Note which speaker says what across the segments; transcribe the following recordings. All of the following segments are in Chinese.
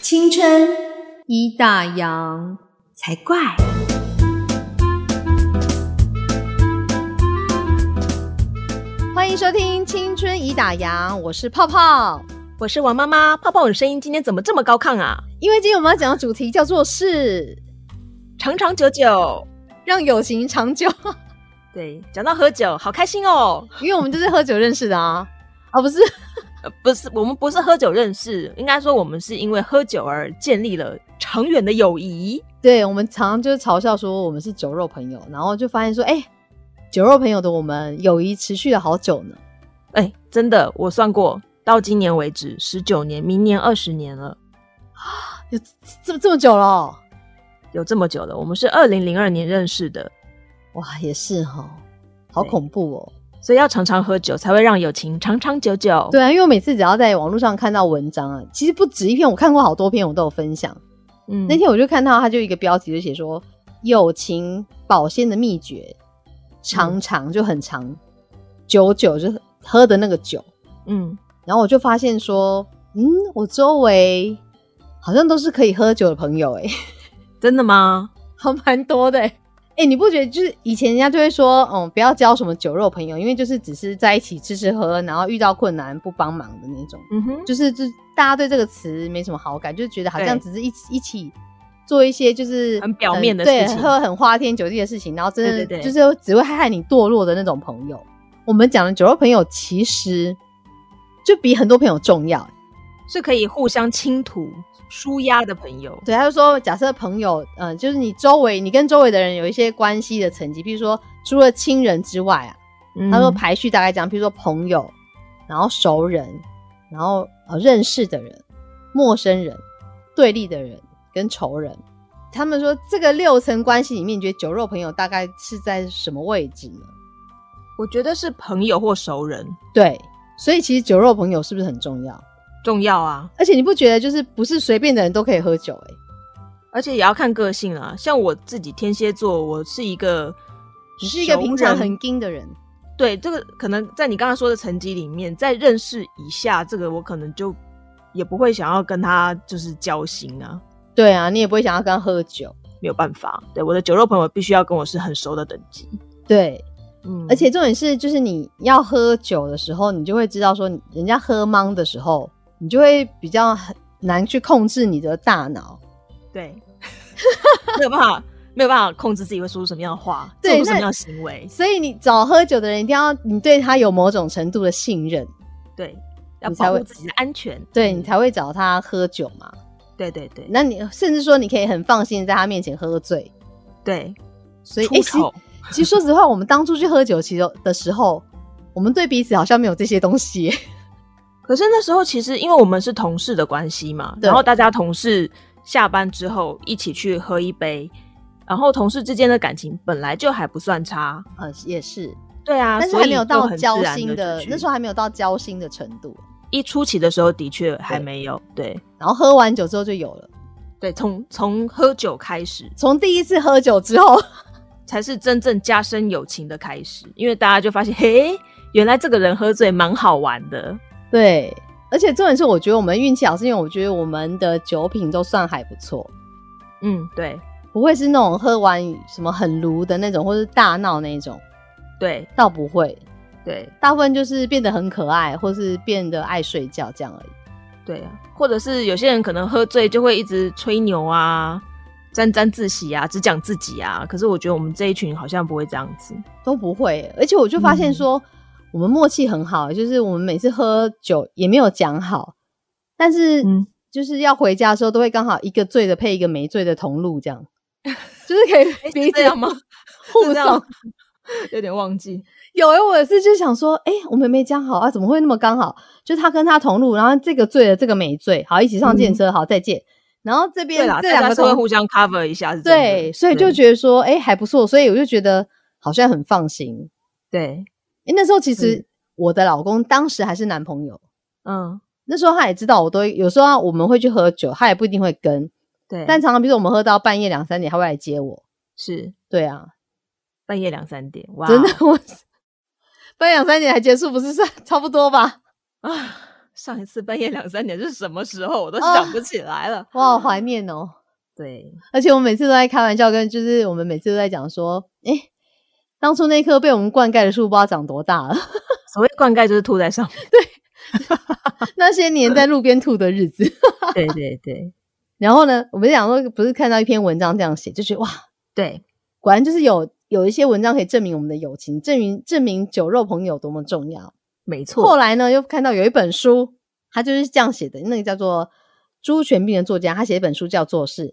Speaker 1: 青春
Speaker 2: 一大洋。
Speaker 1: 才怪。
Speaker 2: 欢迎收听《青春已打烊》，我是泡泡。
Speaker 3: 我是王妈妈，泡泡，你声音今天怎么这么高亢啊？
Speaker 2: 因为今天我们要讲的主题叫做是
Speaker 3: 长长久久，
Speaker 2: 让友情长 久，
Speaker 3: 对，讲到喝酒，好开心哦。
Speaker 2: 因为我们就是喝酒认识的啊。啊，不是，
Speaker 3: 呃不是，我们不是喝酒认识，应该说我们是因为喝酒而建立了长远的友谊。
Speaker 2: 对我们常常就是嘲笑说我们是酒肉朋友，然后就发现说，哎、酒肉朋友的我们友谊持续了好久呢。
Speaker 3: 哎，真的，我算过，到今年为止，十九年，明年二十年了，
Speaker 2: 有这这么久了哦、
Speaker 3: 有这么久了。我们是二零零二年认识的，
Speaker 2: 哇，也是哈，好
Speaker 3: 对
Speaker 2: 恐怖哦。
Speaker 3: 所以要常常喝酒才会让友情长长久久。
Speaker 2: 对，啊，因为我每次只要在网络上看到文章啊，其实不止一篇，我看过好多篇，我都有分享。
Speaker 3: 嗯
Speaker 2: 那天我就看到他就一个标题就写说“友情保鲜的秘诀”，长长就很长，久久就喝的那个酒。
Speaker 3: 嗯，
Speaker 2: 然后我就发现说，嗯，我周围好像都是可以喝酒的朋友、欸， 哎，
Speaker 3: 真的吗？
Speaker 2: 还蛮多的、欸。哎、你不觉得就是以前人家就会说，嗯，不要交什么酒肉朋友，因为就是只是在一起吃吃喝喝，然后遇到困难不帮忙的那种。
Speaker 3: 嗯哼，
Speaker 2: 就是就是大家对这个词没什么好感，就是觉得好像
Speaker 3: 对
Speaker 2: 只是一起一起做一些就是
Speaker 3: 很表面的事情
Speaker 2: 对，喝很花天酒地的事情，然后真的
Speaker 3: 对对
Speaker 2: 就
Speaker 3: 对
Speaker 2: 是只会害你堕落的那种朋友。我们讲的酒肉朋友，其实就比很多朋友重要。
Speaker 3: 是可以互相倾吐、舒压的朋友。
Speaker 2: 对，他就说，假设朋友，嗯、就是你周围，你跟周围的人有一些关系的层级，比如说除了亲人之外啊，他说
Speaker 3: 嗯
Speaker 2: 排序大概这样，比如说朋友，然后熟人，然后呃认识的人、陌生人、对立的人跟仇人。他们说这个六层关系里面，你觉得酒肉朋友大概是在什么位置呢？
Speaker 3: 我觉得是朋友或熟人
Speaker 2: 对，所以其实酒肉朋友是不是很重要？
Speaker 3: 重要啊。
Speaker 2: 而且你不觉得就是不是随便的人都可以喝酒、欸？
Speaker 3: 而且也要看个性啊。像我自己天蝎座，我是一个
Speaker 2: 你是一个
Speaker 3: 熟
Speaker 2: 平常
Speaker 3: 人
Speaker 2: 很硬的人，
Speaker 3: 对这个，可能在你刚刚说的层级里面，在认识以下这个，我可能就也不会想要跟他就是交心啊，
Speaker 2: 对啊，你也不会想要跟他喝酒，
Speaker 3: 没有办法。对我的酒肉朋友必须要跟我是很熟的等级，
Speaker 2: 对，
Speaker 3: 嗯，
Speaker 2: 而且重点是，就是你要喝酒的时候，你就会知道说，人家喝懵的时候，你就会比较很难去控制你的大脑。
Speaker 3: 对 没有办法，没有办法控制自己会说出什么样的话，做
Speaker 2: 对
Speaker 3: 出什么
Speaker 2: 那
Speaker 3: 样的行为，
Speaker 2: 所以你找喝酒的人，一定要你对他有某种程度的信任，
Speaker 3: 对，要
Speaker 2: 你才
Speaker 3: 保护
Speaker 2: 会
Speaker 3: 自己的安全，
Speaker 2: 对
Speaker 3: 嗯
Speaker 2: 你才会找他喝酒嘛。
Speaker 3: 对对对
Speaker 2: 那你甚至说，你可以很放心地在他面前喝醉。
Speaker 3: 对，
Speaker 2: 所以，
Speaker 3: 出
Speaker 2: 诶其
Speaker 3: 丑。
Speaker 2: 其实说实话，我们当初去喝酒其实的时候，我们对彼此好像没有这些东西 耶。
Speaker 3: 可是那时候其实因为我们是同事的关系嘛，
Speaker 2: 对
Speaker 3: 然后大家同事下班之后一起去喝一杯，然后同事之间的感情本来就还不算差，
Speaker 2: 呃，也是，
Speaker 3: 对啊，
Speaker 2: 但是
Speaker 3: 所以
Speaker 2: 还没有
Speaker 3: 就
Speaker 2: 到
Speaker 3: 很自
Speaker 2: 交
Speaker 3: 然
Speaker 2: 心
Speaker 3: 地
Speaker 2: 的，
Speaker 3: 去
Speaker 2: 那时候还没有到交心的程度。
Speaker 3: 一初期的时候的确还没有，对
Speaker 2: 然后喝完酒之后就有了。
Speaker 3: 对，从从喝酒开始
Speaker 2: 从第一次喝酒之 后，
Speaker 3: 才是真正加深友情的开始，因为大家就发现，嘿，原来这个人喝醉蛮好玩的，
Speaker 2: 对，而且重点是，我觉得我们运气好，是因为我觉得我们的酒品都算还不错，
Speaker 3: 嗯，对
Speaker 2: 不会是那种喝完什么很撸的那种，或是大闹那种，
Speaker 3: 对
Speaker 2: 倒不会，
Speaker 3: 对
Speaker 2: 大部分就是变得很可爱，或是变得爱睡觉这样而已。
Speaker 3: 对啊，或者是有些人可能喝醉就会一直吹牛啊，沾沾自喜啊，只讲自己啊。可是我觉得我们这一群好像不会这样子。
Speaker 2: 都不会。而且我就发
Speaker 3: 嗯
Speaker 2: 现说，我们默契很好，就是我们每次喝酒也没有讲好，但是
Speaker 3: 嗯
Speaker 2: 就是要回家的时候，都会刚好一个醉的配一个没醉的同路，这样就是可以彼
Speaker 3: 是
Speaker 2: 此
Speaker 3: 这样吗？
Speaker 2: 互
Speaker 3: 啊是这
Speaker 2: 送
Speaker 3: 样。 有点忘记，
Speaker 2: 有哎、我有一次就想说，哎、我们没讲好啊，怎么会那么刚好？就他跟他同路，然后这个醉了，这个没醉，好，一起上电车，好，再见。然后这边
Speaker 3: 嗯对啦，
Speaker 2: 这
Speaker 3: 大
Speaker 2: 两
Speaker 3: 家
Speaker 2: 个
Speaker 3: 是会
Speaker 2: 同
Speaker 3: 互相 cover 一下是真的，
Speaker 2: 对，所以就
Speaker 3: 对
Speaker 2: 觉得说，哎、还不错，所以我就觉得好像很放心。
Speaker 3: 对，
Speaker 2: 欸，那时候其实
Speaker 3: 嗯
Speaker 2: 我的老公当时还是男朋友，
Speaker 3: 嗯，
Speaker 2: 那时候他也知道我都会有时候啊我们会去喝酒，他也不一定会跟，
Speaker 3: 对，
Speaker 2: 但常常比如说我们喝到半夜两三点，他会来接我。
Speaker 3: 是
Speaker 2: 对啊，
Speaker 3: 半夜两三点，哇，
Speaker 2: 真的我半夜两三点还结束，不是算差不多吧？
Speaker 3: 啊，上一次半夜两三点是什么时候，我都
Speaker 2: 啊
Speaker 3: 想不起来了。
Speaker 2: 我好怀念哦。
Speaker 3: 对，
Speaker 2: 而且我们每次都在开玩笑，跟就是我们每次都在讲说，哎、当初那棵被我们灌溉的树，不知道长多大了。
Speaker 3: 所谓灌溉就是吐在上
Speaker 2: 那些年在路边吐的日子。
Speaker 3: 面。对对对
Speaker 2: 然后呢，我们想说，不是看到一篇文章这样写，就觉得哇，
Speaker 3: 对，
Speaker 2: 果然就是有有一些文章可以证明我们的友情，证明证明酒肉朋友多么重要。
Speaker 3: 没错。
Speaker 2: 后来呢，又看到有一本书，他就是这样写的，那个叫做朱全斌的作家，他写一本书叫做是《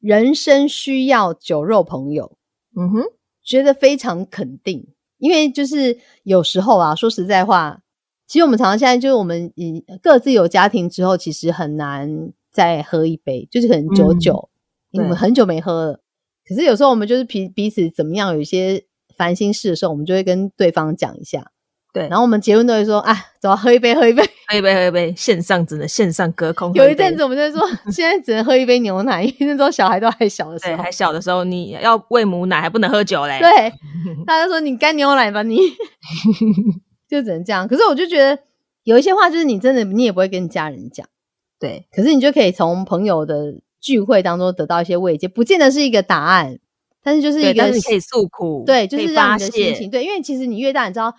Speaker 2: 人生需要酒肉朋友》，
Speaker 3: 嗯哼，
Speaker 2: 觉得非常肯定，因为就是有时候啊，说实在话，其实我们常常现在就是我们以各自有家庭之后，其实很难再喝一杯，就是可能久久，因为我们
Speaker 3: 嗯对
Speaker 2: 很久没喝了。可是有时候我们就是彼彼此怎么样，有一些烦心事的时候，我们就会跟对方讲一下。
Speaker 3: 对
Speaker 2: 然后我们结论都会说，哎，走、啊，喝一杯，喝一杯。
Speaker 3: 喝一杯，喝一杯，线上只能线上隔空喝 杯。
Speaker 2: 有一阵子我们就会 说，现在只能喝一杯牛奶，因为那时候小孩都还小的时
Speaker 3: 对，
Speaker 2: 候
Speaker 3: 还。小的时候你要喂母奶还不能喝酒嘞。
Speaker 2: 对，他就说你干牛奶吧，你 就只能这样。可是我就觉得有一些话，就是你真的你也不会跟家人讲，
Speaker 3: 对
Speaker 2: 可是你就可以从朋友的聚会当中得到一些慰藉，不见得是一个答案，但是就是一
Speaker 3: 对，但
Speaker 2: 个
Speaker 3: 是你可以诉苦，
Speaker 2: 对，就
Speaker 3: 可以
Speaker 2: 是让
Speaker 3: 发
Speaker 2: 你的心
Speaker 3: 泄
Speaker 2: 情。对，因为其实你越大，你知道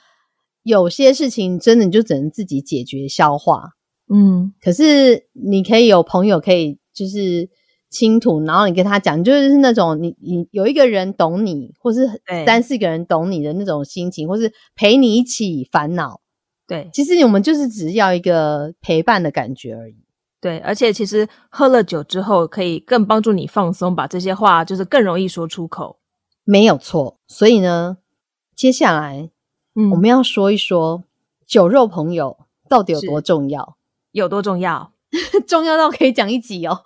Speaker 2: 有些事情真的你就只能自己解决消化，
Speaker 3: 嗯，
Speaker 2: 可是你可以有朋友可以就是倾吐，然后你跟他讲，就是那种你你有一个人懂你，或是
Speaker 3: 对
Speaker 2: 三四个人懂你的那种心情，或是陪你一起烦恼。
Speaker 3: 对
Speaker 2: 其实我们就是只要一个陪伴的感觉而已。
Speaker 3: 对，而且其实喝了酒之后，可以更帮助你放松，把这些话就是更容易说出口。
Speaker 2: 没有错，所以呢，接下来
Speaker 3: 嗯
Speaker 2: 我们要说一说酒肉朋友到底有
Speaker 3: 是
Speaker 2: 多重要，
Speaker 3: 有多重要？
Speaker 2: 重要到可以讲一集哦。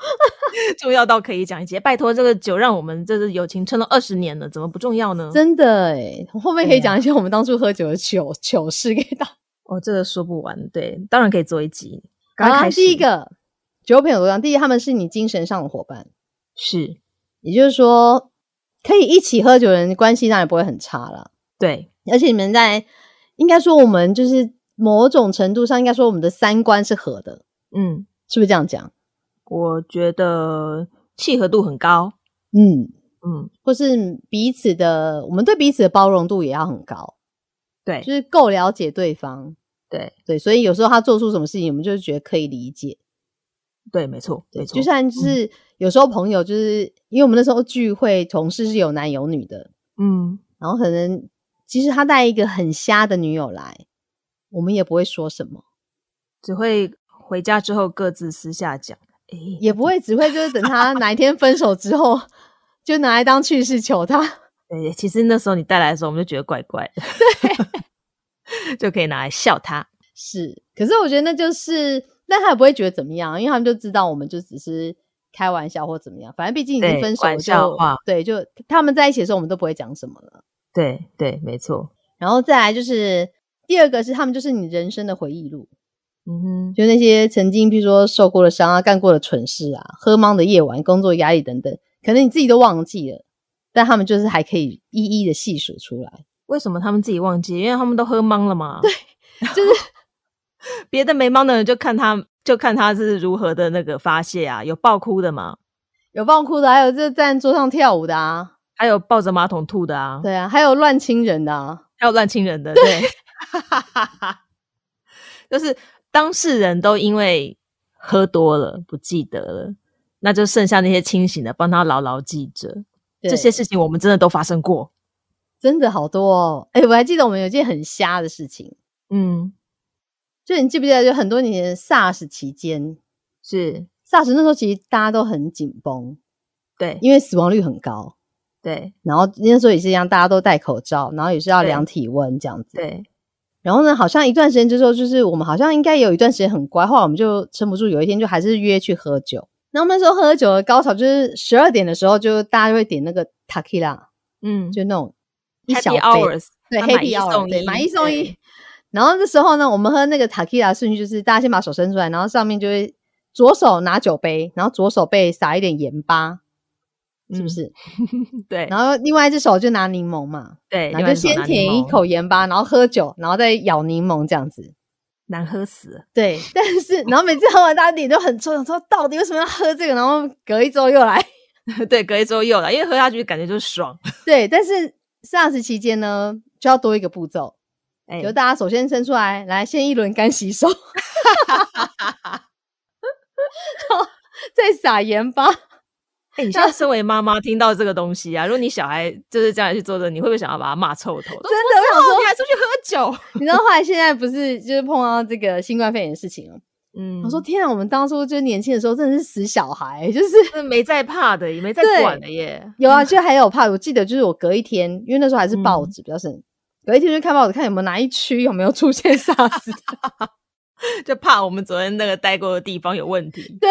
Speaker 3: 重要到可以讲一节。拜托，这个酒让我们这是友情撑了二十年了，怎么不重要呢？
Speaker 2: 真的诶， 后面可以
Speaker 3: 对啊
Speaker 2: 讲一些我们当初喝酒的糗糗事给大家
Speaker 3: 哦，这个说不完。对，当然可以做一集。
Speaker 2: 好
Speaker 3: 刚
Speaker 2: 啦
Speaker 3: 开始
Speaker 2: 啊第一个酒肉朋友多样，第一他们是你精神上的伙伴，
Speaker 3: 是
Speaker 2: 也就是说可以一起喝酒的人关系当然不会很差了。
Speaker 3: 对，
Speaker 2: 而且你们在应该说我们就是某种程度上应该说我们的三观是合的，
Speaker 3: 嗯，
Speaker 2: 是不是这样讲？
Speaker 3: 我觉得契合度很高。
Speaker 2: 嗯，
Speaker 3: 嗯，
Speaker 2: 或是彼此的我们对彼此的包容度也要很高，
Speaker 3: 对
Speaker 2: 就是够了解对方。
Speaker 3: 对
Speaker 2: 对，所以有时候他做出什么事情，我们就觉得可以理解。
Speaker 3: 对，没错没错，
Speaker 2: 就算就是有时候朋友，就是因为我们那时候聚会，同事是有男有女的，
Speaker 3: 嗯，
Speaker 2: 然后可能其实他带一个很瞎的女友来，我们也不会说什么，
Speaker 3: 只会回家之后各自私下讲。诶，
Speaker 2: 也不会只会就是等他哪一天分手之后，就拿来当趣事求他。
Speaker 3: 对，其实那时候你带来的时候，我们就觉得怪怪的，对， 就可以拿来笑他。
Speaker 2: 是，可是我觉得那就是，但他也不会觉得怎么样，因为他们就知道我们就只是开玩笑或怎么样，反正毕竟已经
Speaker 3: 对
Speaker 2: 分手
Speaker 3: 玩
Speaker 2: 了就
Speaker 3: 笑话
Speaker 2: 对，就他们在一起的时候，我们都不会讲什么了。
Speaker 3: 对对，没错。
Speaker 2: 然后再来就是第二个是他们就是你人生的回忆录，
Speaker 3: 嗯哼，
Speaker 2: 就那些曾经，譬如说受过的伤啊、干过的蠢事啊、喝懵的夜晚、工作压力等等，可能你自己都忘记了，但他们就是还可以一一的细数出来。
Speaker 3: 为什么他们自己忘记？因为他们都喝懵了嘛。对，
Speaker 2: 就是
Speaker 3: 别的没懵的人就看他，就看他是如何的那个发泄啊，有爆哭的嘛，
Speaker 2: 有爆哭的，还有这站桌上跳舞的啊，
Speaker 3: 还有抱着马桶吐的啊，
Speaker 2: 对啊，还有乱亲人的啊，
Speaker 3: 还有乱亲人的，对， 就是当事人都因为喝多了不记得了，那就剩下那些清醒的帮他牢牢记着。
Speaker 2: 对
Speaker 3: 这些事情我们真的都发生过。
Speaker 2: 真的好多哦。哎、我还记得我们有一件很瞎的事情，
Speaker 3: 嗯，
Speaker 2: 就你记不记得，就很多年前 SARS 期间
Speaker 3: 是
Speaker 2: ，SARS 那时候其实大家都很紧绷，
Speaker 3: 对
Speaker 2: 因为死亡率很高。
Speaker 3: 对
Speaker 2: 然后那时候也是一样，大家都戴口罩，然后也是要
Speaker 3: 对
Speaker 2: 量体温这样子。
Speaker 3: 对，
Speaker 2: 然后呢，好像一段时间之后，就是我们好像应该有一段时间很乖，后来我们就撑不住，有一天就还是约去喝酒。然后那时候喝酒的高潮就是十二点的时候，就大家就会点那个 t a k i l a
Speaker 3: 嗯，
Speaker 2: 就那种一小杯
Speaker 3: Happy hours，
Speaker 2: 对
Speaker 3: 它买
Speaker 2: Happy
Speaker 3: 一
Speaker 2: hour，
Speaker 3: 送
Speaker 2: 对
Speaker 3: 一
Speaker 2: 买一送一
Speaker 3: 对。
Speaker 2: 然后这时候呢，我们喝那个 t a k i l a 顺序就是大家先把手伸出来，然后上面就会左手拿酒杯，然后左手背撒一点盐巴，是不
Speaker 3: 嗯
Speaker 2: 是？
Speaker 3: 对
Speaker 2: 然后另外一只手就拿柠檬嘛，
Speaker 3: 对，
Speaker 2: 然
Speaker 3: 另
Speaker 2: 后就
Speaker 3: 外一首
Speaker 2: 先
Speaker 3: 拿柠
Speaker 2: 舔一
Speaker 3: 檬，
Speaker 2: 口盐巴，然后喝酒，然后再咬柠檬这样子。
Speaker 3: 难喝死 了。
Speaker 2: 对，但是然后每次喝完，大家脸都很臭，想说到底为什么要喝这个？然后隔一周又来。
Speaker 3: 对，隔一周又来，因为喝下去感觉就是爽。
Speaker 2: 对，但是 SARS 期间呢，就要多一个步骤，
Speaker 3: 哎、
Speaker 2: 就大家首先伸出来，来先一轮干洗手， 然后再撒盐巴。
Speaker 3: 哎你现在身为妈妈，听到这个东西啊，如果你小孩就是这样去做的，你会不会想要把他骂臭头？真
Speaker 2: 真的，我想说，
Speaker 3: 你还出去喝酒？
Speaker 2: 你知道后来现在不是就是碰到这个新冠肺炎的事情了。
Speaker 3: 嗯，
Speaker 2: 我说天啊，我们当初就是年轻的时候真的是死小孩，就是
Speaker 3: 真的没在怕的，也没在
Speaker 2: 对
Speaker 3: 管的耶。
Speaker 2: 有啊，就还有怕。我记得就是我隔一天，因为那时候还是报
Speaker 3: 嗯
Speaker 2: 纸比较深，隔一天就看报纸看有没有哪一区有没有出现 SARS 的。
Speaker 3: 就怕我们昨天那个待过的地方有问题。
Speaker 2: 对，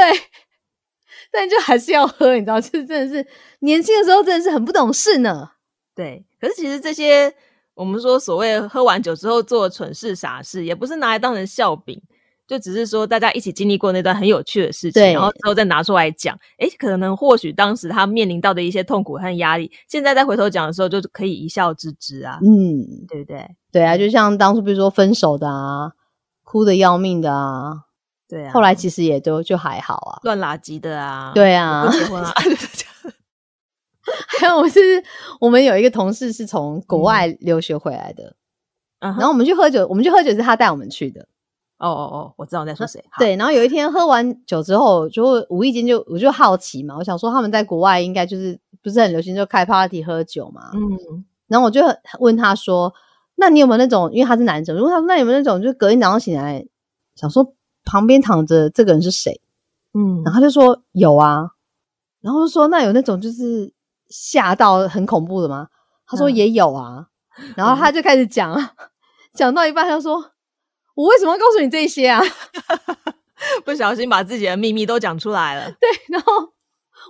Speaker 2: 但就还是要喝，你知道，就是真的是年轻的时候真的是很不懂事呢。
Speaker 3: 对，可是其实这些我们说所谓喝完酒之后做的蠢事、傻事，也不是拿来当成笑柄，就只是说大家一起经历过那段很有趣的事情，
Speaker 2: 对
Speaker 3: 然后之后再拿出来讲。诶，可能或许当时他面临到的一些痛苦和压力，现在再回头讲的时候，就可以一笑置之啊，
Speaker 2: 嗯，
Speaker 3: 对不对？
Speaker 2: 对啊，就像当初比如说分手的啊，哭的要命的啊，
Speaker 3: 对啊，
Speaker 2: 后来其实也都就还好啊。
Speaker 3: 乱垃圾的啊，
Speaker 2: 对啊
Speaker 3: 不，结 婚啊，
Speaker 2: 还 有我是我们有一个同事是从国外留学回来的，
Speaker 3: 然
Speaker 2: 然后我们去喝酒，我们去喝酒是他带我们去的。
Speaker 3: 嗯哦哦哦，我知道你在说谁，好，
Speaker 2: 嗯对，然后有一天喝完酒之后，就会无意间就我就好奇嘛，我想说他们在国外应该就是不是很流行就开 party 喝酒嘛，
Speaker 3: 嗯，
Speaker 2: 然后我就问他说：“那你有没有那种？因为他是男生，如果他说那有没有那种，就隔天早上醒来想说旁边躺着这个人是谁？”
Speaker 3: 嗯
Speaker 2: 然后他就说：“有啊。”然后就说：“那有那种就是吓到很恐怖的吗？”他说：“
Speaker 3: 嗯
Speaker 2: 也有啊。然后他就开始讲，啊，讲到一半他就说：“我为什么要告诉你这些啊？”
Speaker 3: 不小心把自己的秘密都讲出来了。
Speaker 2: 对，然后。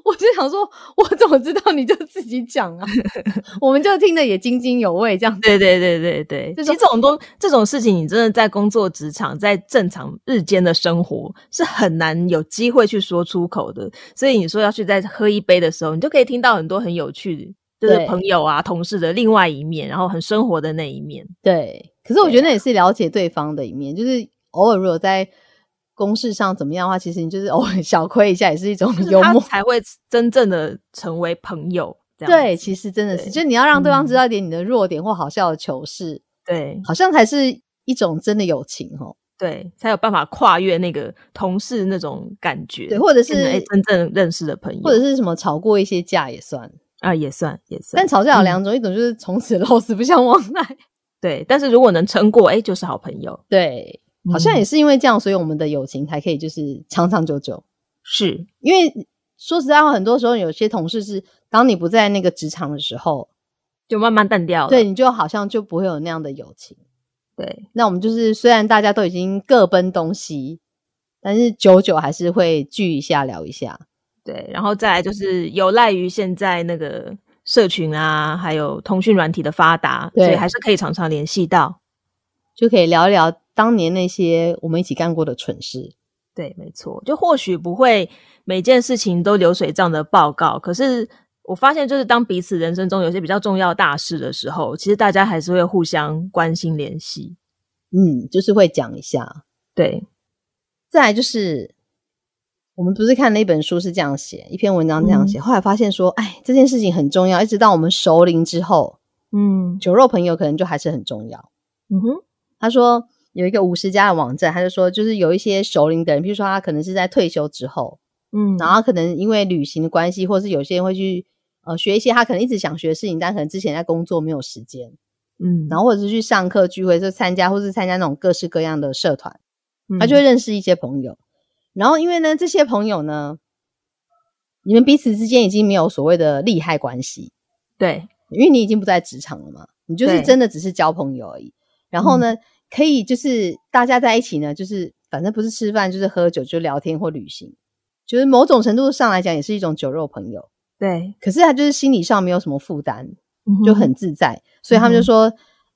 Speaker 2: 我就想说，我怎么知道你就自己讲啊？ 我们就听得也津津有味，这样子。
Speaker 3: 对对对对对，
Speaker 2: 这种
Speaker 3: 其实这种东这种事情，你真的在工作职场，在正常日间的生活是很难有机会去说出口的。所以你说要去在喝一杯的时候，你就可以听到很多很有趣的，就是
Speaker 2: 对
Speaker 3: 朋友啊、同事的另外一面，然后很生活的那一面。
Speaker 2: 对，啊可是我
Speaker 3: 对
Speaker 2: 觉得那也是了解对方的一面，就是偶尔如果在公事上怎么样的话，其实你就是偶尔小亏一下也是一种
Speaker 3: 就是
Speaker 2: 幽
Speaker 3: 他
Speaker 2: 默。
Speaker 3: 才会真正的成为朋友。这样
Speaker 2: 对，
Speaker 3: 子
Speaker 2: 其实真的是，
Speaker 3: 对
Speaker 2: 就是你要让对方知
Speaker 3: 嗯
Speaker 2: 道一点你的弱点或好笑的糗事，
Speaker 3: 对
Speaker 2: 好像才是一种真的友情哦。
Speaker 3: 对，才有办法跨越那个同事那种感觉，
Speaker 2: 对，或者
Speaker 3: 变成哎
Speaker 2: 是
Speaker 3: 真正认识的朋友，
Speaker 2: 或者是什么吵过一些架也算，
Speaker 3: 啊也算也算，
Speaker 2: 但吵架有
Speaker 3: 嗯
Speaker 2: 两种，一种就是从此 老死不相往来，
Speaker 3: 对，但是如果能撑过，哎，就是好朋友，
Speaker 2: 对，好像
Speaker 3: 嗯
Speaker 2: 也是因为这样，所以我们的友情才可以就是长长久久。
Speaker 3: 是，
Speaker 2: 因为说实在话，很多时候有些同事是，当你不在那个职场的时候，
Speaker 3: 就慢慢淡掉了。
Speaker 2: 对你就好像就不会有那样的友情。
Speaker 3: 对
Speaker 2: 那我们就是虽然大家都已经各奔东西，但是久久还是会聚一下聊一下。
Speaker 3: 对，然后再来就是有赖于现在那个社群啊，还有通讯软体的发达，所以
Speaker 2: 对
Speaker 3: 还是可以常常联系到。
Speaker 2: 就可以聊一聊当年那些我们一起干过的蠢事。
Speaker 3: 对，没错，就或许不会每件事情都流水账的报告，可是我发现，就是当彼此人生中有些比较重要大事的时候，其实大家还是会互相关心联系。
Speaker 2: 嗯，就是会讲一下。
Speaker 3: 对，
Speaker 2: 再来就是，我们不是看了一本书是这样写，一篇文章这样写，后来发现说，哎，这件事情很重要，一直到我们熟龄之后，
Speaker 3: 嗯
Speaker 2: 酒肉朋友可能就还是很重要。
Speaker 3: 嗯哼，
Speaker 2: 他说有一个五十家的网站，他就说就是有一些熟龄的人，比如说他可能是在退休之后，
Speaker 3: 嗯，
Speaker 2: 然后他可能因为旅行的关系，或是有些人会去呃学一些他可能一直想学的事情，但可能之前在工作没有时间，
Speaker 3: 嗯，
Speaker 2: 然后或者是去上课聚会，就参加或是参加那种各式各样的社团，
Speaker 3: 嗯
Speaker 2: 他就会认识一些朋友。然后因为呢，这些朋友呢，你们彼此之间已经没有所谓的利害关系，
Speaker 3: 对，
Speaker 2: 因为你已经不在职场了嘛，你就是
Speaker 3: 对嗯
Speaker 2: 真的只是交朋友而已。然后呢，可以就是大家在一起呢，就是反正不是吃饭就是喝酒，就聊天或旅行，就是某种程度上来讲也是一种酒肉朋友。
Speaker 3: 对，
Speaker 2: 可是他就是心理上没有什么负担，
Speaker 3: 嗯哼嗯
Speaker 2: 就很自在，所以他们就说，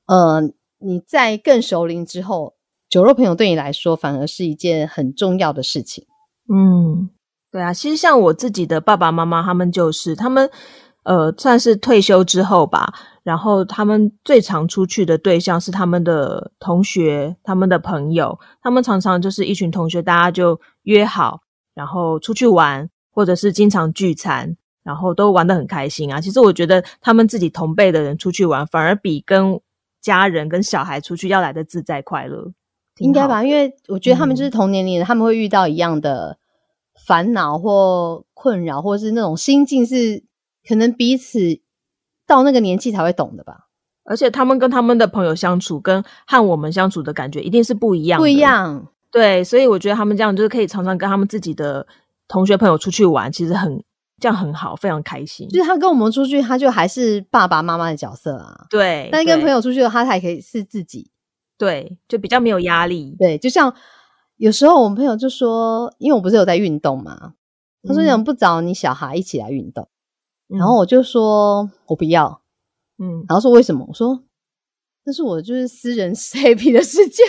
Speaker 2: 呃，你在更熟龄之后，酒肉朋友对你来说反而是一件很重要的事情。
Speaker 3: 嗯，对啊，其实像我自己的爸爸妈妈，他们就是他们，呃，算是退休之后吧。然后他们最常出去的对象是他们的同学、他们的朋友，他们常常就是一群同学，大家就约好，然后出去玩，或者是经常聚餐，然后都玩得很开心啊。其实我觉得他们自己同辈的人出去玩，反而比跟家人、跟小孩出去要来的自在快乐，挺
Speaker 2: 应该
Speaker 3: 好
Speaker 2: 吧？
Speaker 3: 的？嗯
Speaker 2: 因为我觉得他们就是同年龄人，他们会遇到一样的烦恼或困扰，或是那种心境是可能彼此到那个年纪才会懂的吧，
Speaker 3: 而且他们跟他们的朋友相处，跟和我们相处的感觉一定是不一样的，
Speaker 2: 不一样。
Speaker 3: 对，所以我觉得他们这样就是可以常常跟他们自己的同学朋友出去玩，其实很这样很好，非常开心。
Speaker 2: 就是他跟我们出去，他就还是爸爸妈妈的角色啊。
Speaker 3: 对，
Speaker 2: 但跟
Speaker 3: 对
Speaker 2: 朋友出去的话，他才可以是自己。
Speaker 3: 对，就比较没有压力。
Speaker 2: 对，就像有时候我们朋友就说，因为我不是有在运动嘛，他说
Speaker 3: 嗯
Speaker 2: 你怎么不找你小孩一起来运动？然后
Speaker 3: 嗯
Speaker 2: 我就说我不要，
Speaker 3: 嗯，
Speaker 2: 然后说为什么？我说那是我就是私人 happy 的世界，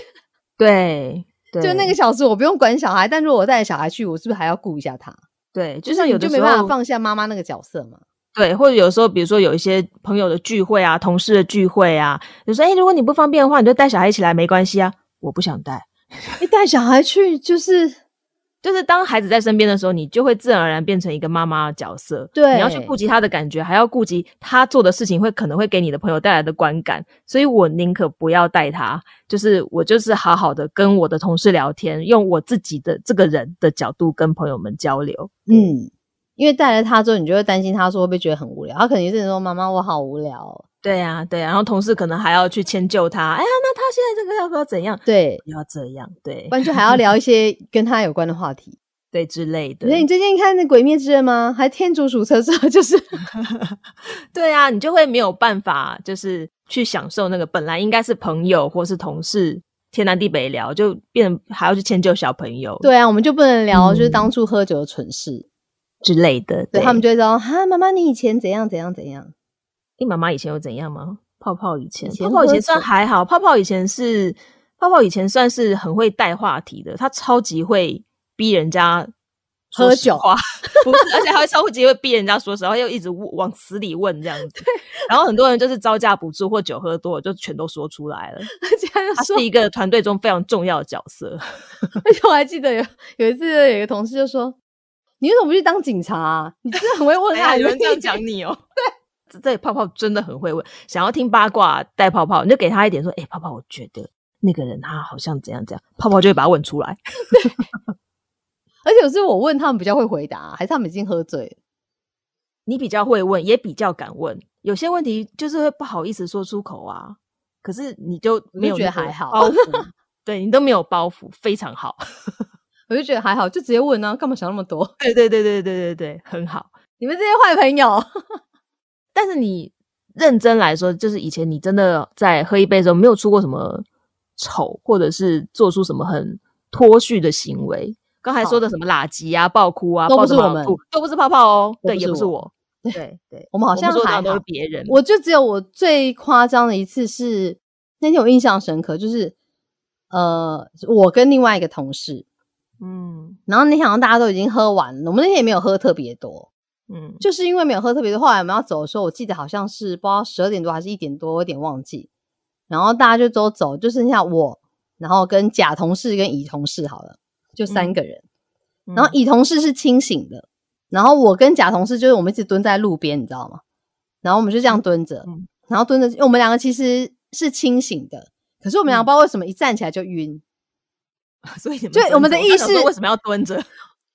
Speaker 3: 对，对
Speaker 2: 就那个小时我不用管小孩，但如果我带着小孩去，我是不是还要顾一下他？
Speaker 3: 对，就
Speaker 2: 就
Speaker 3: 像
Speaker 2: 是
Speaker 3: 有
Speaker 2: 你
Speaker 3: 的
Speaker 2: 就
Speaker 3: 时
Speaker 2: 没
Speaker 3: 候
Speaker 2: 办法放下妈妈那个角色嘛。
Speaker 3: 对，或者有时候比如说有一些朋友的聚会啊，同事的聚会啊，就说哎，如果你不方便的话，你就带小孩一起来没关系啊，我不想带。
Speaker 2: 一带小孩去就是
Speaker 3: 就是当孩子在身边的时候，你就会自然而然变成一个妈妈的角色。
Speaker 2: 对
Speaker 3: 你要去顾及他的感觉，还要顾及他做的事情会可能会给你的朋友带来的观感。所以我宁可不要带他，就是我就是好好的跟我的同事聊天，用我自己的这个人的角度跟朋友们交流。
Speaker 2: 嗯。因为带了他之后，你就会担心他说会不会觉得很无聊。他可能也是说：“妈妈，我好无聊哦、
Speaker 3: 对呀、对呀、啊然后同事可能还要去迁就他。哎呀，那他现在这个要不要怎样？
Speaker 2: 对，
Speaker 3: 不要这样，对
Speaker 2: 不然就还要聊一些跟他有关的话题。
Speaker 3: 对之类的
Speaker 2: 所。以你最近看那《鬼灭之刃》吗？还天竺鼠车 车，就是
Speaker 3: 对啊，你就会没有办法，就是去享受那个本来应该是朋友或是同事天南地北聊，就变还要去迁就小朋友
Speaker 2: 对啊，我们就不能聊就是
Speaker 3: 嗯
Speaker 2: 当初喝酒的蠢事，
Speaker 3: 之类的。
Speaker 2: 对
Speaker 3: 对
Speaker 2: 他们就会说：“哈，妈妈，你以前怎样怎样怎样。
Speaker 3: 你妈妈以前有怎样吗？泡泡以前，
Speaker 2: 以前
Speaker 3: 泡泡以
Speaker 2: 喝
Speaker 3: 前算
Speaker 2: 酒
Speaker 3: 还好，泡泡以前是泡泡以前算是很会带话题的，他超级会逼人家。说
Speaker 2: 喝
Speaker 3: 实
Speaker 2: 酒
Speaker 3: 话 不是，而且还会超级会逼人家说实话，又一直问往死里问这样子。然后很多人就是招架不住或酒喝多了，就全都说 出来了。”
Speaker 2: 而且他
Speaker 3: 他
Speaker 2: 就是说，
Speaker 3: 一个团队中非常重要的角 色。
Speaker 2: 而且我还记得有有一次有一个同事就说：“你为什么不去当警察、啊？你真的很会问
Speaker 3: 哎
Speaker 2: 啊！”
Speaker 3: 呀，有人 这样讲你哦。对，这泡泡真的很会问，想要听八卦带泡泡，你就给他一点说，哎、泡泡，我觉得那个人他好像怎样怎样，泡泡就会把他问出来。
Speaker 2: 而且是我问他们比较会回答、啊还是他们已经喝醉了？
Speaker 3: 你比较会问，也比较敢问，有些问题就是会不好意思说出口啊。可是你就没有
Speaker 2: 觉得
Speaker 3: 那个
Speaker 2: 还好
Speaker 3: 包袱，对你都没有包袱，非常好。
Speaker 2: 我就觉得还好，就直接问啊，干嘛想那么多？
Speaker 3: 对对对对对对对，很好。
Speaker 2: 你们这些坏朋友，
Speaker 3: 但是你认真来说，就是以前你真的在喝一杯的时候，没有出过什么丑，或者是做出什么很脱序的行为。刚才说的什么拉鸡啊、爆哭啊、
Speaker 2: 都不
Speaker 3: 抱着
Speaker 2: 是我
Speaker 3: 马
Speaker 2: 们
Speaker 3: 步，都不是泡泡哦，
Speaker 2: 都
Speaker 3: 对，
Speaker 2: 不
Speaker 3: 也
Speaker 2: 是
Speaker 3: 不是
Speaker 2: 我
Speaker 3: 我，对对，
Speaker 2: 我们好像
Speaker 3: 说
Speaker 2: 还
Speaker 3: 的都
Speaker 2: 好
Speaker 3: 是。别人，
Speaker 2: 我就只有我最夸张的一次是那天我印象深刻，就是呃，我跟另外一个同事，
Speaker 3: 嗯
Speaker 2: 然后那天好像大家都已经喝完了，我们那天也没有喝特别多，
Speaker 3: 嗯
Speaker 2: 就是因为没有喝特别多，后来我们要走的时候，我记得好像是不知道十二点多还是一点多，我有点忘记。然后大家就都走，就剩下我，然后跟甲同事跟乙同事好了，就三
Speaker 3: 嗯
Speaker 2: 个人。
Speaker 3: 嗯，
Speaker 2: 然后乙同事是清醒的，然后我跟甲同事就是我们一直蹲在路边，你知道吗？然后我们就这样蹲着，
Speaker 3: 嗯
Speaker 2: 然后蹲着，因为我们两个其实是清醒的，可是我们两个
Speaker 3: 嗯
Speaker 2: 不知道为什么一站起来就晕，
Speaker 3: 所以你们
Speaker 2: 就
Speaker 3: 蹲
Speaker 2: 我们
Speaker 3: 着
Speaker 2: 的
Speaker 3: 刚
Speaker 2: 意
Speaker 3: 想说
Speaker 2: 识
Speaker 3: 为什么要蹲着？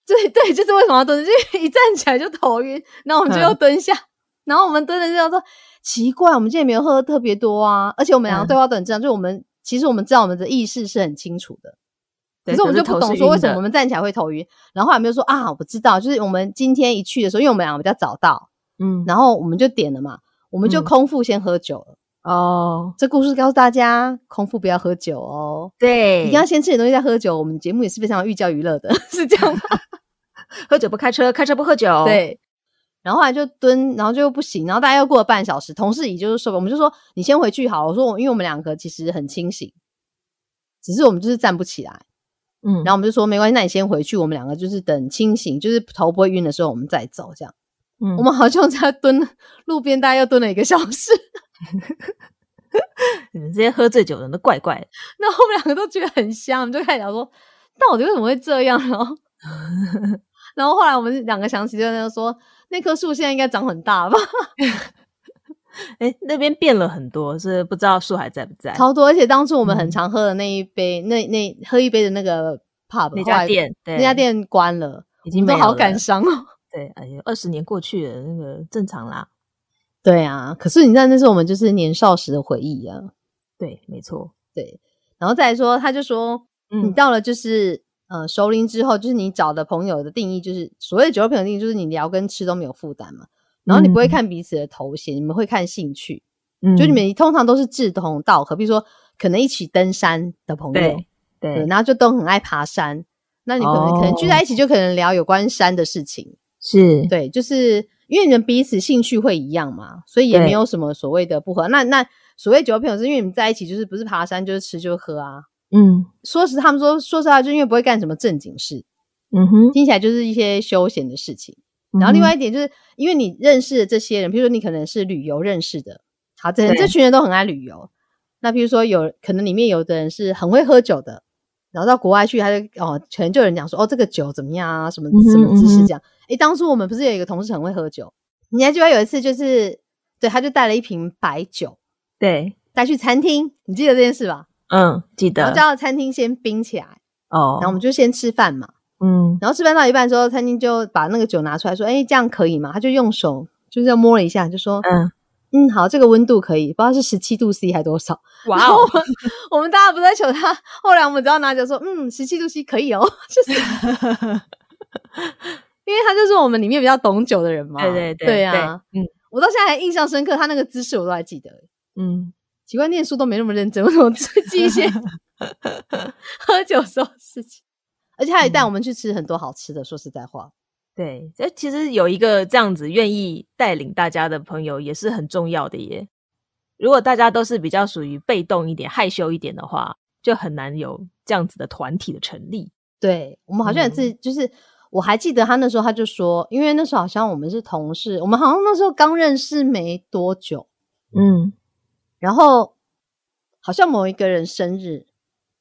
Speaker 2: 对对，就是为什么要蹲着，就是一站起来就头晕，然后我们就又蹲下，
Speaker 3: 嗯
Speaker 2: 然后我们蹲着之后说奇怪，我们今天没有喝得特别多啊，而且我们两个
Speaker 3: 嗯
Speaker 2: 对话都很正常，就我们其实我们知道我们的意识是很清楚的， 可
Speaker 3: 对
Speaker 2: 是我们就不
Speaker 3: 头
Speaker 2: 懂
Speaker 3: 是
Speaker 2: 说为
Speaker 3: 晕
Speaker 2: 什么
Speaker 3: 的
Speaker 2: 我们站起来会头晕，然后后来我们就说啊，我知道，就是我们今天一去的时候，因为我们两个比较早到，
Speaker 3: 嗯
Speaker 2: 然后我们就点了嘛，我们就
Speaker 3: 嗯
Speaker 2: 空腹先喝酒了。
Speaker 3: 哦，
Speaker 2: 这故事告诉大家，空腹不要喝酒哦，
Speaker 3: 对，
Speaker 2: 一定要先吃点东西再喝酒。我们节目也是非常寓教于乐的， 是这样吗？
Speaker 3: 喝酒不开车，开车不喝酒，，
Speaker 2: 对。然后后来就蹲，然后就不行，然后大概又过了半小时，同事也就是说，我们就说你先回去好了。我说我因为我们两个其实很清醒，只是我们就是站不起来。
Speaker 3: 嗯，
Speaker 2: 然后我们就说没关系，那你先回去，我们两个就是等清醒，就是头不会晕的时候我们再走这样。
Speaker 3: 嗯
Speaker 2: 我们好像在蹲路边，大概又蹲了一个小时。
Speaker 3: 你们这些喝醉酒的人都怪怪的。
Speaker 2: 那我们两个都觉得很香，我们就开始聊说，到底为什么会这样？然 后，然后后来我们两个想起就在那说，那棵树现在应该长很大吧，
Speaker 3: 哎、那边变了很多，是不知道树还在不在？
Speaker 2: 超多。而且当初我们很
Speaker 3: 嗯
Speaker 2: 常喝的那一杯，那那喝一杯的那个 pub
Speaker 3: 那
Speaker 2: 后
Speaker 3: 家
Speaker 2: 来
Speaker 3: 店，对，
Speaker 2: 哎那家店关了，
Speaker 3: 已
Speaker 2: 我
Speaker 3: 经
Speaker 2: 们
Speaker 3: 没
Speaker 2: 都
Speaker 3: 有
Speaker 2: 好
Speaker 3: 了
Speaker 2: 感伤哦。
Speaker 3: 对，哎呀，二十年过去了，那个正常啦。
Speaker 2: 对啊，可是你知道那是我们就是年少时的回忆啊。
Speaker 3: 对，没错。
Speaker 2: 对，然后再来说，他就说，你
Speaker 3: 嗯，
Speaker 2: 到了就是呃熟龄之后，就是你找的朋友的定义，就是所谓的酒肉朋友定义，就是你聊跟吃都没有负担嘛。然后你不会
Speaker 3: 嗯
Speaker 2: 看彼此的头衔，你们会看兴趣，
Speaker 3: 嗯
Speaker 2: 就你们通常都是志同道合，比如说可能一起登山的朋友
Speaker 3: 对，
Speaker 2: 对，
Speaker 3: 对哦
Speaker 2: 然后就都很爱爬山，那你可能、可能聚在一起就可能聊有关山的事情，
Speaker 3: 是，
Speaker 2: 对，就是因为你们彼此兴趣会一样嘛，所以也没
Speaker 3: 对
Speaker 2: 有什么所谓的不合。那那所谓酒肉朋友，是因为你们在一起就是不是爬山就是吃就喝啊，
Speaker 3: 嗯
Speaker 2: 说实，他们说说实话，就因为不会干什么正经事，
Speaker 3: 嗯哼。嗯
Speaker 2: 听起来就是一些休闲的事情。
Speaker 3: 然
Speaker 2: 然后另外一点就是，因为你认识的这些人，比如说你可能是旅游认识的，好，这
Speaker 3: 对
Speaker 2: 这群人都很爱旅游。那比如说有可能里面有的人是很会喝酒的，然后到国外去，他就哦，可能就有人讲说哦，这个酒怎么样啊，什么
Speaker 3: 嗯哼
Speaker 2: 什么姿
Speaker 3: 嗯
Speaker 2: 势
Speaker 3: 哼
Speaker 2: 这样。诶，当初我们不是有一个同事很会喝酒，你还记得有一次就是对，他就带了一瓶白酒
Speaker 3: 对，
Speaker 2: 带去餐厅，你记得这件事吧？
Speaker 3: 嗯，记
Speaker 2: 然
Speaker 3: 得
Speaker 2: 后叫餐厅先冰起来，
Speaker 3: 哦
Speaker 2: 然后我们就先吃饭嘛。
Speaker 3: 嗯
Speaker 2: 然后吃饭到一半的时候，餐厅就把那个酒拿出来说：“哎，这样可以吗？”他就用手就是要摸了一下，就说
Speaker 3: 嗯，：“
Speaker 2: 嗯，好，这个温度可以，不知道是十七度 C 还多少。”
Speaker 3: 哇哦，
Speaker 2: 我们大家不在求他，后来我们只要拿酒说：“嗯，十七度 C 可以哦。” 就是 因为他就是我们里面比较懂酒的人嘛。
Speaker 3: 对对对
Speaker 2: 对啊！，
Speaker 3: 对嗯
Speaker 2: 我到现在还印象深刻，他那个姿势我都还记得。
Speaker 3: 嗯，
Speaker 2: 奇怪，念书都没那么认真，为什么只记一 些喝酒时候的事情？而且他也带我们去吃很多好吃的。说实在话，
Speaker 3: 对，这其实有一个这样子愿意带领大家的朋友也是很重要的耶。如果大家都是比较属于被动一点、害羞一点的话，就很难有这样子的团体的成立。
Speaker 2: 对我们好像也
Speaker 3: 嗯
Speaker 2: 是，就是我还记得他那时候他就说，因为那时候好像我们是同事，我们好像那时候刚认识没多久，
Speaker 3: 嗯
Speaker 2: 然后好像某一个人生日，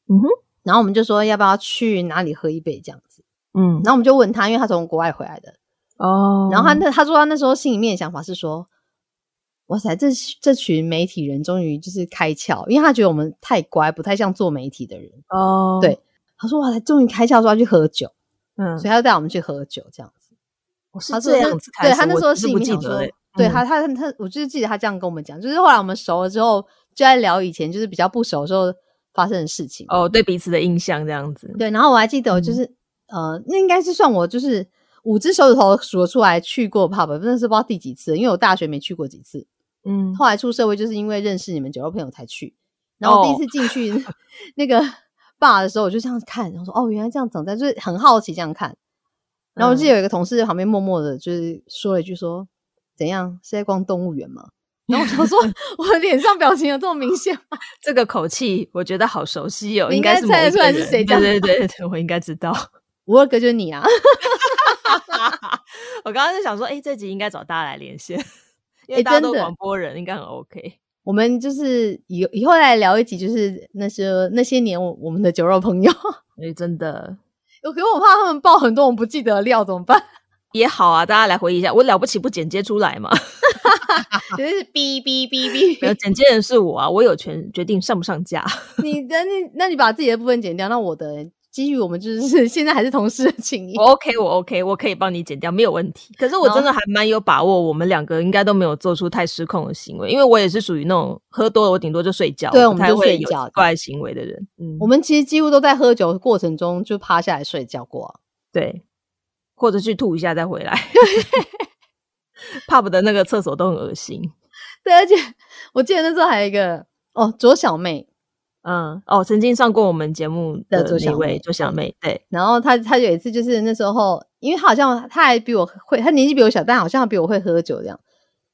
Speaker 3: 嗯哼，
Speaker 2: 然后我们就说要不要去哪里喝一杯这样子，
Speaker 3: 嗯
Speaker 2: 然后我们就问他，因为他从国外回来的，
Speaker 3: 哦
Speaker 2: 然后他那他说他那时候心里面的想法是说，哇塞，这这群媒体人终于就是开窍，因为他觉得我们太乖，不太像做媒体的人。
Speaker 3: 哦
Speaker 2: 对他说哇塞，终于开窍，说要去喝酒，
Speaker 3: 嗯
Speaker 2: 所以，他就带我们去喝酒这样子。
Speaker 3: 我是
Speaker 2: 他说
Speaker 3: 这
Speaker 2: 那
Speaker 3: 样子开
Speaker 2: 对
Speaker 3: 始，
Speaker 2: 他那
Speaker 3: 我
Speaker 2: 时候
Speaker 3: 只是
Speaker 2: 心里
Speaker 3: 不
Speaker 2: 面
Speaker 3: 记
Speaker 2: 想
Speaker 3: 得
Speaker 2: 说
Speaker 3: 了，，
Speaker 2: 对
Speaker 3: 嗯
Speaker 2: 他他他，我就是记得他这样跟我们讲，就是后来我们熟了之后，就在聊以前就是比较不熟的时候发生的事情。
Speaker 3: 哦，嗯对彼此的印象这样子，
Speaker 2: 对，然后我还记得我就是、呃，那应该是算我就是五只手指头数得出来去过 pub，真的是不知道第几次，因为我大学没去过几次。
Speaker 3: 嗯，
Speaker 2: 后来出社会就是因为认识你们酒肉朋友才去。然后我第一
Speaker 3: 哦
Speaker 2: 次进去 那个 bar 的时候，我就这样看，然后说哦，原来这样长大，就是很好奇这样看。然后
Speaker 3: 嗯
Speaker 2: 我记得有一个同事在旁边默默的，就是说了一句说：“怎样是在逛动物园吗？”然后我想 说，我的脸上表情有这么明显吗？
Speaker 3: 这个口气，我觉得好熟悉哦，
Speaker 2: 你应
Speaker 3: 应
Speaker 2: 该
Speaker 3: 该是某
Speaker 2: 猜得
Speaker 3: 一
Speaker 2: 出
Speaker 3: 个
Speaker 2: 来是
Speaker 3: 人
Speaker 2: 谁讲
Speaker 3: 对对对对，我应该知道。
Speaker 2: 五二哥就是你啊，
Speaker 3: 我刚刚就想说，哎、这集应该找大家来连线，
Speaker 2: 诶
Speaker 3: 因为大家
Speaker 2: 真
Speaker 3: 都
Speaker 2: 的
Speaker 3: 广播人，应该很 OK。
Speaker 2: 我们就是以以后来聊一集，就是那些那些年我我们的酒肉朋友。
Speaker 3: 哎、真的
Speaker 2: 我可是我怕他们爆很多我们不记得的料怎么办？
Speaker 3: 也好啊，大家来回忆一下，我了不起不剪接出 来嘛？
Speaker 2: 绝对是哔哔哔哔。
Speaker 3: 没有剪接人是我啊，我有权决定上不上 架。
Speaker 2: 你的你，那你把自己的部分剪掉，那我的基于我们就是 现在还是同事的情谊
Speaker 3: 我，OK，我 OK，我可以帮你剪掉，没有问题。可是我
Speaker 2: 然后
Speaker 3: 真的还蛮有把握，我们两个应该都没有做出太失控的行为，因为我也是属于那种喝多了我顶多就睡觉，
Speaker 2: 对我
Speaker 3: 不
Speaker 2: 们
Speaker 3: 太
Speaker 2: 就睡
Speaker 3: 会有
Speaker 2: 觉
Speaker 3: 奇怪行为的人。嗯，
Speaker 2: 我们其实几乎都在喝酒的过程中就趴下来睡觉过、啊。
Speaker 3: 对，或者去吐一下再回 来。pub 的那个厕所都很恶心。
Speaker 2: 对，而且我记得那时候还有一个哦，左小妹，
Speaker 3: 嗯，哦，曾经上过我们节目
Speaker 2: 的
Speaker 3: 的
Speaker 2: 左
Speaker 3: 那
Speaker 2: 小
Speaker 3: 位
Speaker 2: 妹
Speaker 3: 左小妹，对，
Speaker 2: 然后她她有一次就是那时候，因为她好像她还比我会，她年纪比我小，但好像比我会喝酒这样。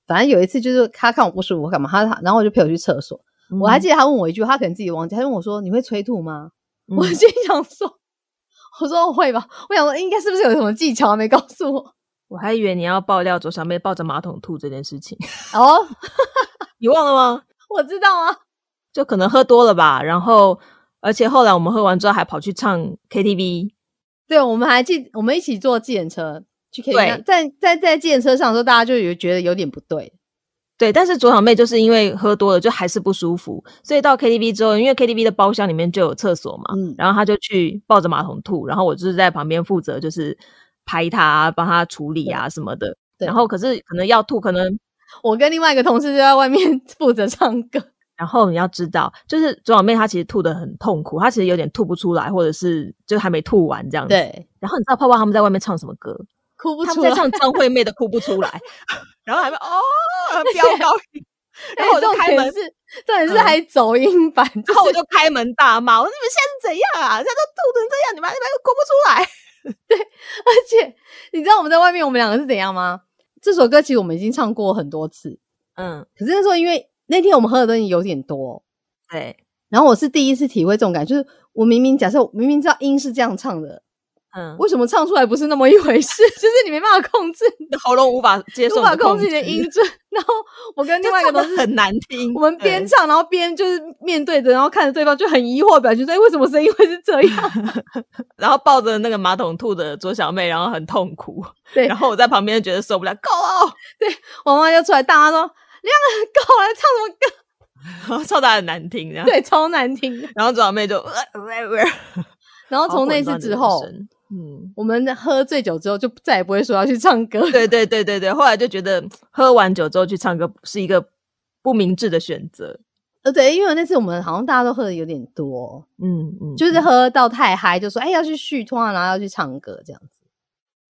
Speaker 2: 反正有一次就是她看我不舒服干嘛，她她然后我就陪我去厕所，我还记得她问我一句，她可能自己忘记，她问我说你会催吐吗？
Speaker 3: 嗯
Speaker 2: 我心想说，我说我会吧，我想说应该是不是有什么技巧没告诉我。
Speaker 3: 我还以为你要爆料左小妹抱着马桶吐这件事情，
Speaker 2: 哦，
Speaker 3: 你忘了吗？
Speaker 2: 我知道啊，
Speaker 3: 就可能喝多了吧，然后而且后来我们喝完之后还跑去唱 KTV，
Speaker 2: 对，我们还记，我们一起坐计程车去 K，
Speaker 3: 对
Speaker 2: 在在在计程车上的时候，大家就有觉得有点不对，
Speaker 3: 对，但是左小妹就是因为喝多了，就还是不舒服，所以到 KTV 之后，因为 KTV 的包厢里面就有厕所嘛，
Speaker 2: 嗯
Speaker 3: 然后她就去抱着马桶吐，然后我就是在旁边负责就是拍她、啊、帮她处理啊什么的。
Speaker 2: 对
Speaker 3: 然后可是可能要吐，可能
Speaker 2: 我跟另外一个同事就在外面 负责唱歌，
Speaker 3: 然后你要知道，就是左小妹她其实吐的很痛苦，她其实有点吐不出来，或者是就还没吐完这样子。。
Speaker 2: 对，
Speaker 3: 然后你知道泡泡他们在外面唱什么歌？
Speaker 2: 哭不
Speaker 3: 他
Speaker 2: 出
Speaker 3: 们
Speaker 2: 来。
Speaker 3: 在唱张惠妹的《哭不出来》， 然后还会 哦飙高音，然后我就
Speaker 2: 哎重
Speaker 3: 开
Speaker 2: 点
Speaker 3: 门
Speaker 2: 是，重点是
Speaker 3: 嗯
Speaker 2: 还走音版，就
Speaker 3: 然后我
Speaker 2: 是
Speaker 3: 就开门大骂：“我说你们现在是怎样啊？现在都吐成这样，你们还你们又哭不出来
Speaker 2: 而且你知道我们在外面我们两个是怎样吗？这首歌其实我们已经唱过很多次，？”
Speaker 3: 嗯，
Speaker 2: 可是那时候因为那天我们喝的东西有点多，
Speaker 3: 对，
Speaker 2: 然后我是第一次体会这种感觉，就是我明明假设我明明知道音是这样唱的，
Speaker 3: 嗯，
Speaker 2: 为什么唱出来不是那么一回事？ 就是你没办法控制，
Speaker 3: 的喉咙无法接受，
Speaker 2: 无法控制你的音，准。然后我跟另
Speaker 3: 就
Speaker 2: 外一
Speaker 3: 唱
Speaker 2: 个
Speaker 3: 的
Speaker 2: 同事，
Speaker 3: 很难听。
Speaker 2: 我们
Speaker 3: 对
Speaker 2: 边唱然后边就是面对着，然后看着对方，就很疑惑的表情说：“哎，为什么声音会是这样
Speaker 3: 然后抱着那个马桶吐的左小妹，然后很痛苦。
Speaker 2: 对
Speaker 3: 然后我在旁边觉得受不了，够了，？”哦
Speaker 2: 王妈就出来大骂说：“亮了，够了，唱 什么歌
Speaker 3: 然后唱的很难听，这样？”。
Speaker 2: 对，超难听的。
Speaker 3: 然后左小妹就，呃呃呃
Speaker 2: 然后从那次之后，，
Speaker 3: 嗯，
Speaker 2: 我们喝醉酒之后就再也不会说要去唱歌。
Speaker 3: 对对对对对，后来就觉得喝完酒之后去唱歌是一个不明智的选择。
Speaker 2: 呃，对，因为那次我们好像大家都喝的有点多，
Speaker 3: 嗯嗯，
Speaker 2: 就是喝到太嗨，就说哎要去续通啊，然后要去唱歌这样子。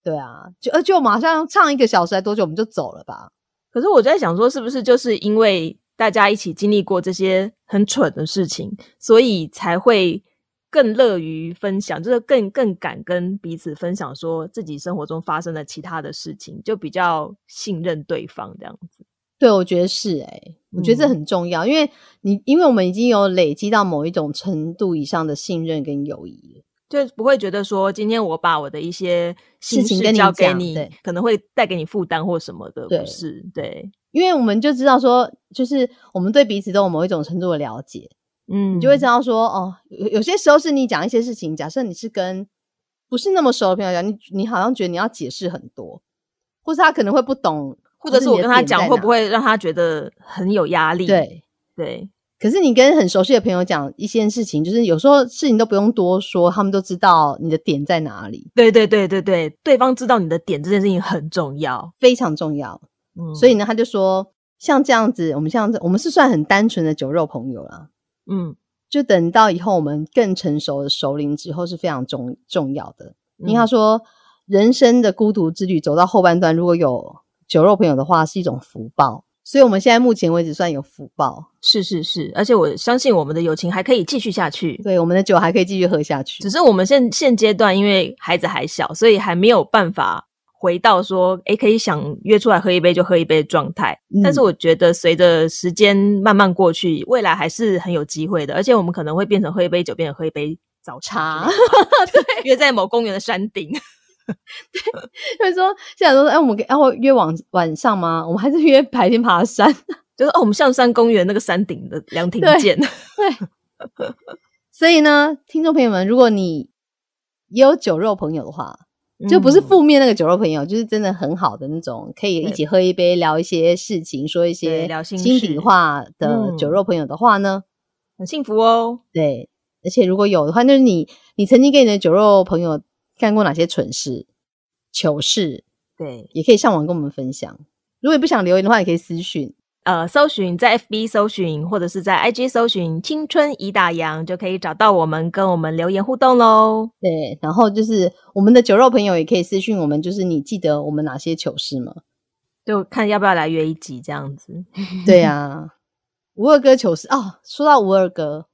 Speaker 2: 对啊，就而且我马上唱一个小时还多久我们就走了吧？
Speaker 3: 可是我在想说，是不是就是因为大家一起经历过这些很蠢的事情，所以才会更乐于分享，就是更更敢跟彼此分享说自己生活中发生的其他的事情，就比较信任对方这样子。
Speaker 2: 对，我觉得是哎、我觉得这很重要，因为你因为我们已经有累积到某一种程度以上的信任跟友谊了。
Speaker 3: 就不会觉得说，今天我把我的一些心
Speaker 2: 事情
Speaker 3: 事
Speaker 2: 跟你
Speaker 3: 交给
Speaker 2: 讲
Speaker 3: 你
Speaker 2: 对，
Speaker 3: 可能会带给你负担或什么的，
Speaker 2: 对
Speaker 3: 不是？对，
Speaker 2: 因为我们就知道说，就是我们对彼此都有某一种程度的了解，
Speaker 3: 嗯，
Speaker 2: 你就会知道说，哦，有有些时候是你讲一些事情，假设你是跟不是那么熟的朋友讲，你你好像觉得你要解释很多，或是他可能会不懂，
Speaker 3: 或者是我
Speaker 2: 你的
Speaker 3: 跟他
Speaker 2: 点在
Speaker 3: 讲，会
Speaker 2: 哪
Speaker 3: 不会让他觉得很有压力？
Speaker 2: 对？
Speaker 3: 对，
Speaker 2: 可是你跟很熟悉的朋友讲一些事情，就是有时候事情都不用多说，他们都知道你的点在哪里，
Speaker 3: 对对对对对，对方知道你的点这件事情很重要，
Speaker 2: 非常重要。
Speaker 3: 嗯
Speaker 2: 所以呢，他就说，像这样子，我们像这，我们是算很单纯的酒肉朋友啦。
Speaker 3: 嗯，
Speaker 2: 就等到以后我们更成熟的熟龄之后是非常重重要的。因为他
Speaker 3: 嗯
Speaker 2: 说，人生的孤独之旅走到后半段，如果有酒肉朋友的话，是一种福报。所以我们现在目前为止算有福报，
Speaker 3: 是是是，而且我相信我们的友情还可以继续下去，
Speaker 2: 对我们的酒还可以继续喝下去
Speaker 3: 只。是我们现现阶段因为孩子还小，所以还没有办法回到说，诶，可以想约出来喝一杯就喝一杯的状态。但是
Speaker 2: 嗯
Speaker 3: 我觉得随着时间慢慢过去，未来还是很有机会的，而且我们可能会变成喝一杯酒，变成喝一杯早茶
Speaker 2: 茶
Speaker 3: 之类的吧， 约在某公园的山顶。
Speaker 2: 就是说，现在都说，哎，我们可以要、啊、约晚晚上吗？我们还是约白天爬山。
Speaker 3: 就是哦，我们象山公园那个山顶的凉亭
Speaker 2: 对
Speaker 3: 见。
Speaker 2: 所以呢，听众朋友们，如果你也有酒肉朋友的话，就不是
Speaker 3: 嗯
Speaker 2: 负面那个酒肉朋友，就是真的很好的那种，可以一起喝一杯，聊一些事情，说一
Speaker 3: 对
Speaker 2: 些
Speaker 3: 聊心
Speaker 2: 心底
Speaker 3: 事
Speaker 2: 话的酒
Speaker 3: 嗯
Speaker 2: 肉朋友的话呢，
Speaker 3: 很幸福哦。
Speaker 2: 对，而且如果有的话，就是你你曾经跟你的酒肉朋友干过哪些蠢事、糗事，
Speaker 3: 对，
Speaker 2: 也可以上网跟我们分享。如果你不想留言的话，也可以私讯。
Speaker 3: 呃，搜寻在 FB 搜寻或者是在 IG 搜寻“青春已打烊”，就可以找到我们，跟我们留言互动喽。
Speaker 2: 对，然后就是我们的酒肉朋友也可以私讯我们，就是你记得我们哪些糗事吗？
Speaker 3: 就看要不要来约一集这样子。
Speaker 2: 对呀、啊，吴二哥糗事哦，说到吴二哥，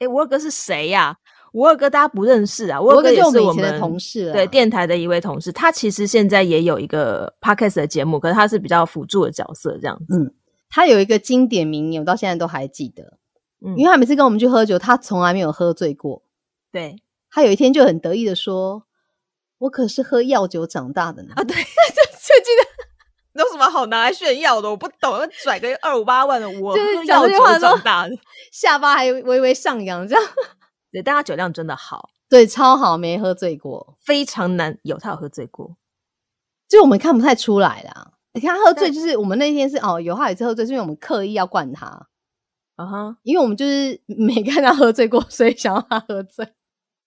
Speaker 3: 诶，吴二哥是谁呀、吴二哥大家不认识啊，吴
Speaker 2: 吴
Speaker 3: 二
Speaker 2: 二
Speaker 3: 哥
Speaker 2: 哥
Speaker 3: 也
Speaker 2: 就是我
Speaker 3: 我
Speaker 2: 们以前的
Speaker 3: 们
Speaker 2: 同事啦，啊
Speaker 3: 对电台的一位同事，他其实现在也有一个 podcast 的节目，可是他是比较辅助的角色这样子。
Speaker 2: 他有一个经典名言，我到现在都还记得。
Speaker 3: 嗯
Speaker 2: 因为他每次跟我们去喝酒，他从来没有喝醉过。
Speaker 3: 对
Speaker 2: 他有一天就很得意的说：“我可是喝药酒长大的呢。
Speaker 3: 啊，对，
Speaker 2: 这
Speaker 3: 什么好拿来炫耀的？我不懂，要拽个二五八万的，我
Speaker 2: 就是
Speaker 3: 喝
Speaker 2: 讲
Speaker 3: 药
Speaker 2: 这句话
Speaker 3: 酒
Speaker 2: 说
Speaker 3: 长 大的。
Speaker 2: 下巴还微微上扬，这样
Speaker 3: 对，但他酒量真的好，
Speaker 2: 对，超好，没喝醉过，
Speaker 3: 非常难有他有喝醉过。
Speaker 2: 就我们看不太出来啦。你看他喝醉，
Speaker 3: 但
Speaker 2: 就是我们那天是哦，有他有一次喝醉，是因为我们刻意要灌他，
Speaker 3: 啊哈，
Speaker 2: 因为我们就是 没看他喝醉过，所以想要他喝醉。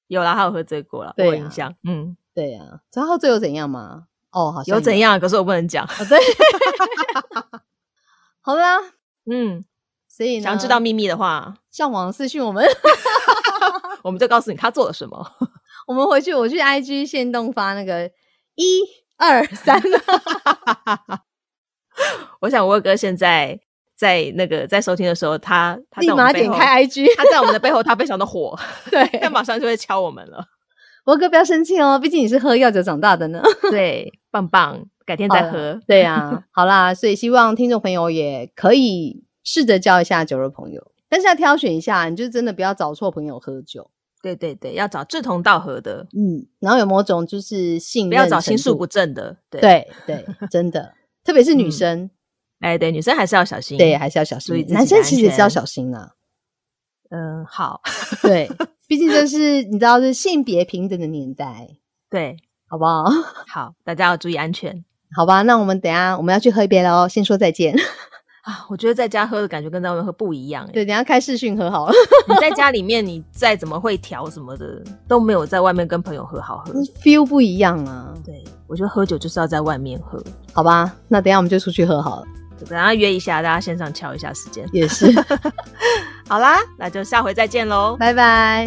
Speaker 3: 有啦，他有喝醉过了，我
Speaker 2: 对
Speaker 3: 有
Speaker 2: 啊
Speaker 3: 印象。嗯，
Speaker 2: 对呀、啊，知道他喝醉有怎样吗？哦，好像
Speaker 3: 有怎样？可是我不 能讲。
Speaker 2: 哦？对，好啦，
Speaker 3: 嗯，
Speaker 2: 所以呢
Speaker 3: 想知道秘密的话，
Speaker 2: 上网私讯我们，
Speaker 3: 我们就告诉你他做了什么。
Speaker 2: 我们回去我去 IG 限动发那个一二 三，
Speaker 3: 我想沃哥现在在那个在收听的时候，他他在
Speaker 2: 立
Speaker 3: 我们
Speaker 2: 马
Speaker 3: 背
Speaker 2: 点
Speaker 3: 后，
Speaker 2: 开 IG，
Speaker 3: 他在我们的背后，他非常的 火，
Speaker 2: 对
Speaker 3: 他，马上就会敲我们了。
Speaker 2: 博哥不要生气哦，毕竟你是喝药酒长大 的呢。
Speaker 3: 对，棒棒，改天再喝。
Speaker 2: 对啊，好啦，所以希望听众朋友也可以试着交一下酒肉朋友，但是要挑选一下，你就真的不要找错朋友喝酒。
Speaker 3: 对对对，要找志同道合的，
Speaker 2: 嗯，然后有某种就是信
Speaker 3: 不要
Speaker 2: 任程度，
Speaker 3: 找心术不正的。对，
Speaker 2: 对对， 真的，特别是女
Speaker 3: 嗯
Speaker 2: 生，
Speaker 3: 哎，对，女生还是要小心。
Speaker 2: 对，还是要小心
Speaker 3: 注意
Speaker 2: 一点。
Speaker 3: 自己
Speaker 2: 男
Speaker 3: 的
Speaker 2: 生
Speaker 3: 安
Speaker 2: 其实也是要
Speaker 3: 全
Speaker 2: 小心啊，
Speaker 3: 嗯，好，
Speaker 2: 对，毕竟这是你知道是性别平等的年代，
Speaker 3: 对，
Speaker 2: 好不好？
Speaker 3: 好，大家要注意安全
Speaker 2: 好吧，那我们等一下我们要去喝一杯喽，先说再见。
Speaker 3: 啊！我觉得在家喝的感觉跟在外面喝不一样、欸。
Speaker 2: 对，等一下开视讯喝好了。
Speaker 3: 你在家里面，你再怎么会调什么的，都没有在外面跟朋友喝好喝。
Speaker 2: feel 不一样啊。
Speaker 3: 对，我觉得喝酒就是要在外面喝，
Speaker 2: 好吧，那等一下我们就出去喝好了。
Speaker 3: 等大家约一下，大家线上敲一下时间。
Speaker 2: 也是，
Speaker 3: 好啦，那就下回再见喽，
Speaker 2: 拜拜。